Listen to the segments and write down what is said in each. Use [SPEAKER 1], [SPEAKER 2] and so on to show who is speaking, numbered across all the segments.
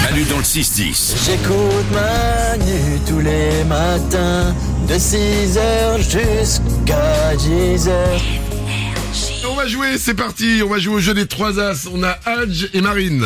[SPEAKER 1] Manu dans le 6-10.
[SPEAKER 2] J'écoute Manu tous les matins, de 6h jusqu'à 10h.
[SPEAKER 3] On va jouer, c'est parti. On va jouer au jeu des trois as. On a Hadj et Marine.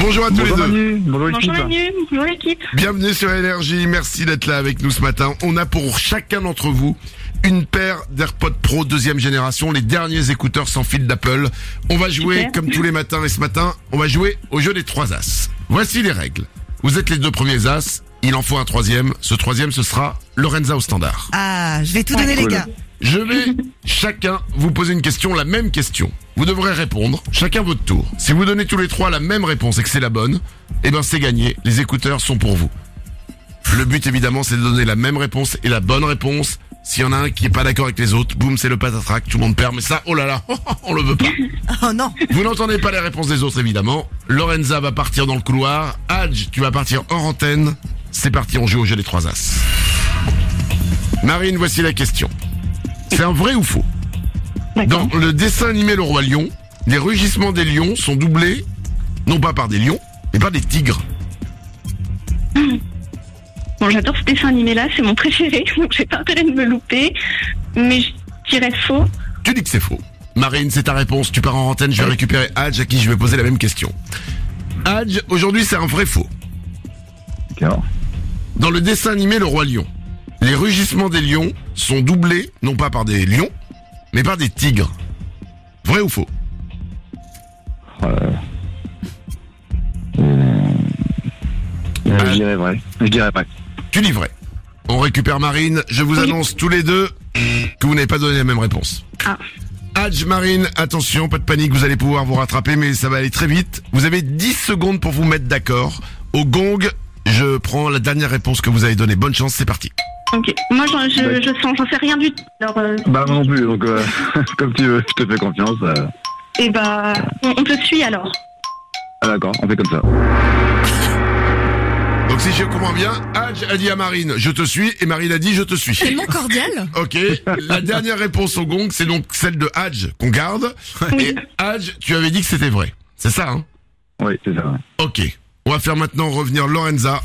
[SPEAKER 3] Bonjour à tous
[SPEAKER 4] Bonjour
[SPEAKER 3] les deux.
[SPEAKER 4] Manu, bonjour
[SPEAKER 5] Bonjour
[SPEAKER 4] l'équipe.
[SPEAKER 5] Manu, bonjour l'équipe.
[SPEAKER 3] Bienvenue sur LRJ. Merci d'être là avec nous ce matin. On a pour chacun d'entre vous une paire d'AirPods Pro deuxième génération, les derniers écouteurs sans fil d'Apple. On va jouer
[SPEAKER 5] Super.
[SPEAKER 3] comme tous les matins et ce matin, on va jouer au jeu des trois as. Voici les règles. Vous êtes les deux premiers as. Il en faut un troisième. Ce troisième, ce sera Lorenza au standard.
[SPEAKER 6] Ah, je vais tout donner les
[SPEAKER 4] Cool.
[SPEAKER 6] gars.
[SPEAKER 3] Je vais chacun vous poser une question, la même question. Vous devrez répondre, chacun votre tour. Si vous donnez tous les trois la même réponse et que c'est la bonne, eh ben c'est gagné, les écouteurs sont pour vous. Le but évidemment c'est de donner la même réponse et la bonne réponse. S'il y en a un qui est pas d'accord avec les autres, boum, c'est le patatrac, tout le monde perd, mais ça, oh là là, on le veut pas.
[SPEAKER 6] Oh non,
[SPEAKER 3] Vous n'entendez pas les réponses des autres évidemment. Lorenza va partir dans le couloir. Hadj, tu vas partir hors antenne. C'est parti, on joue au jeu des trois as. Marine, voici la question. C'est un vrai ou faux Dans
[SPEAKER 5] D'accord.
[SPEAKER 3] le dessin animé Le Roi Lion, les rugissements des lions sont doublés, non pas par des lions, mais par des tigres.
[SPEAKER 5] Bon, j'adore ce dessin animé là, c'est mon préféré, donc j'ai pas intérêt de me louper. Mais je dirais faux.
[SPEAKER 3] Tu dis que c'est faux. Marine, c'est ta réponse. Tu pars en antenne, je vais récupérer Hadj à qui je vais poser la même question. Hadj, aujourd'hui, c'est un vrai faux.
[SPEAKER 4] D'accord.
[SPEAKER 3] Dans le dessin animé Le Roi Lion, les rugissements des lions sont doublés, non pas par des lions, mais par des tigres. Vrai ou faux
[SPEAKER 4] Euh,
[SPEAKER 3] Ah.
[SPEAKER 4] Je dirais vrai. Je dirais pas.
[SPEAKER 3] Tu dis vrai. On récupère Marine. Je vous annonce tous les deux que vous n'avez pas donné la même réponse.
[SPEAKER 5] Ah.
[SPEAKER 3] Hadj Marine, attention, pas de panique, vous allez pouvoir vous rattraper, mais ça va aller très vite. Vous avez 10 secondes pour vous mettre d'accord. Au gong, je prends la dernière réponse que vous avez donnée. Bonne chance, c'est parti.
[SPEAKER 5] Ok. Moi, j'en- je, je, sens, j'en sais rien du tout. Alors, euh,
[SPEAKER 4] Bah moi non plus, donc euh, comme tu veux, je te fais confiance. euh.
[SPEAKER 5] eh ben, on, on te suit alors.
[SPEAKER 4] Ah d'accord, on fait comme ça.
[SPEAKER 3] Donc si je comprends bien, Hadj a dit à Marine, je te suis, et Marine a dit, je te suis.
[SPEAKER 6] tellement cordial.
[SPEAKER 3] Ok, la dernière réponse au gong, c'est donc celle de Hadj qu'on garde. Et Hadj, tu avais dit que c'était vrai. C'est ça, hein
[SPEAKER 4] Oui, c'est ça. ouais.
[SPEAKER 3] Ok. On va faire maintenant revenir Lorenza.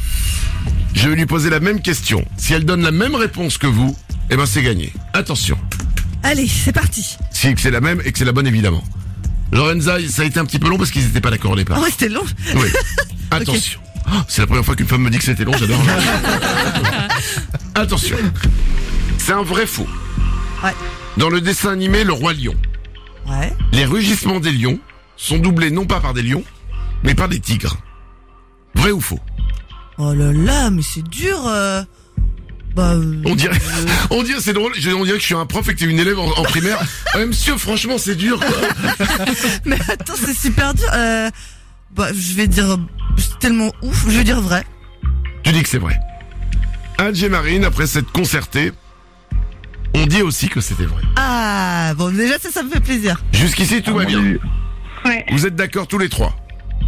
[SPEAKER 3] Je vais lui poser la même question. Si elle donne la même réponse que vous, eh ben c'est gagné. Attention.
[SPEAKER 6] Allez, c'est parti.
[SPEAKER 3] Si c'est la même et que c'est la bonne, évidemment. Lorenza, ça a été un petit peu long parce qu'ils n'étaient pas d'accord au départ.
[SPEAKER 6] Oh, c'était long.
[SPEAKER 3] Oui. Attention. Oh, C'est la première fois qu'une femme me dit que c'était long, j'adore. Attention. C'est un vrai faux.
[SPEAKER 6] Ouais.
[SPEAKER 3] Dans le dessin animé Le Roi Lion,
[SPEAKER 6] Ouais.
[SPEAKER 3] les rugissements des lions sont doublés non pas par des lions, mais par des tigres. Vrai ou faux
[SPEAKER 6] Oh là là, mais c'est dur. euh. Bah, euh,
[SPEAKER 3] On dirait, on dirait, c'est drôle, je- on dirait que je suis un prof et que t'es une élève en, en primaire. Ouais, monsieur, franchement, c'est dur. quoi.
[SPEAKER 6] mais attends, c'est super dur. Euh, bah, je vais dire, euh, c'est tellement ouf. Je vais dire vrai.
[SPEAKER 3] Tu dis que c'est vrai. Alger Marine, après s'être concertée, on dit aussi que c'était vrai.
[SPEAKER 6] Ah, bon, déjà ça, ça me fait plaisir.
[SPEAKER 3] Jusqu'ici,
[SPEAKER 6] Ah,
[SPEAKER 3] tout va
[SPEAKER 4] Mon
[SPEAKER 3] bien.
[SPEAKER 4] Dieu.
[SPEAKER 5] Ouais.
[SPEAKER 3] Vous êtes d'accord tous les trois.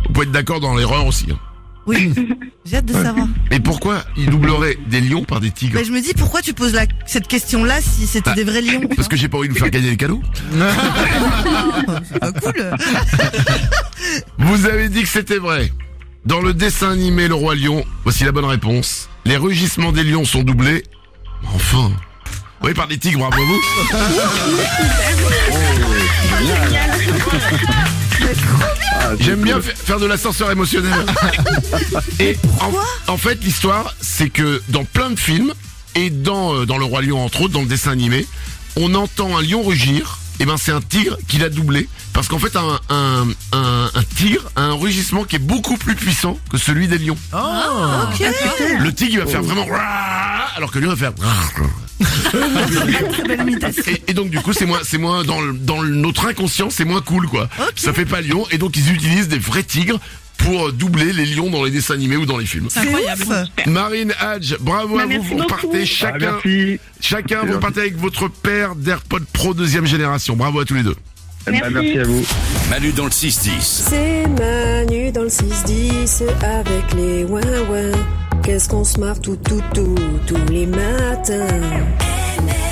[SPEAKER 3] Vous pouvez être d'accord dans l'erreur aussi. hein.
[SPEAKER 6] Oui. J'ai hâte de savoir.
[SPEAKER 3] Mais pourquoi il doublerait des lions par des tigres
[SPEAKER 6] Mais je me dis pourquoi tu poses la, cette question-là si c'était
[SPEAKER 3] Bah,
[SPEAKER 6] des vrais lions.
[SPEAKER 3] Parce que j'ai pas envie de vous faire gagner les cadeaux.
[SPEAKER 6] Ah, c'est pas cool.
[SPEAKER 3] Vous avez dit que c'était vrai. Dans le dessin animé Le Roi Lion, voici la bonne réponse. Les rugissements des lions sont doublés. Enfin. Oui, par des tigres, bravo à vous.
[SPEAKER 4] Ah, c'est
[SPEAKER 3] J'aime
[SPEAKER 4] cool.
[SPEAKER 3] bien fa- faire de l'ascenseur émotionnel. Et en, en fait, l'histoire, c'est que dans plein de films, et dans, euh, dans Le Roi Lion, entre autres, dans le dessin animé, on entend un lion rugir. Et ben c'est un tigre qui l'a doublé. Parce qu'en fait, un, un, un, un tigre a un rugissement qui est beaucoup plus puissant que celui des lions.
[SPEAKER 6] Ok.
[SPEAKER 3] Le tigre, il va faire vraiment... Alors que le lion va faire...
[SPEAKER 6] Très belle imitation.
[SPEAKER 3] Et, et donc du coup c'est moins c'est moins dans le- dans le- notre inconscient c'est moins cool quoi.
[SPEAKER 6] Ok.
[SPEAKER 3] Ça fait pas lion et donc ils utilisent des vrais tigres pour euh, doubler les lions dans les dessins animés ou dans les films.
[SPEAKER 6] C'est ouf.
[SPEAKER 3] Marine Hadj, bravo
[SPEAKER 5] Bah,
[SPEAKER 3] à vous,
[SPEAKER 5] merci
[SPEAKER 3] vous
[SPEAKER 5] beaucoup.
[SPEAKER 3] partez
[SPEAKER 4] Ah,
[SPEAKER 3] chacun
[SPEAKER 4] merci.
[SPEAKER 3] chacun vous
[SPEAKER 4] C'est gentil.
[SPEAKER 3] partez avec votre paire d'AirPods Pro deuxième génération. Bravo à tous les deux.
[SPEAKER 4] Eh ben,
[SPEAKER 5] Merci.
[SPEAKER 4] merci à vous.
[SPEAKER 1] Manu dans le 6-10.
[SPEAKER 7] C'est Manu dans le 6-10 avec les ouin-ouin. Qu'est-ce qu'on se marre tout, tout, tout, tous les matins.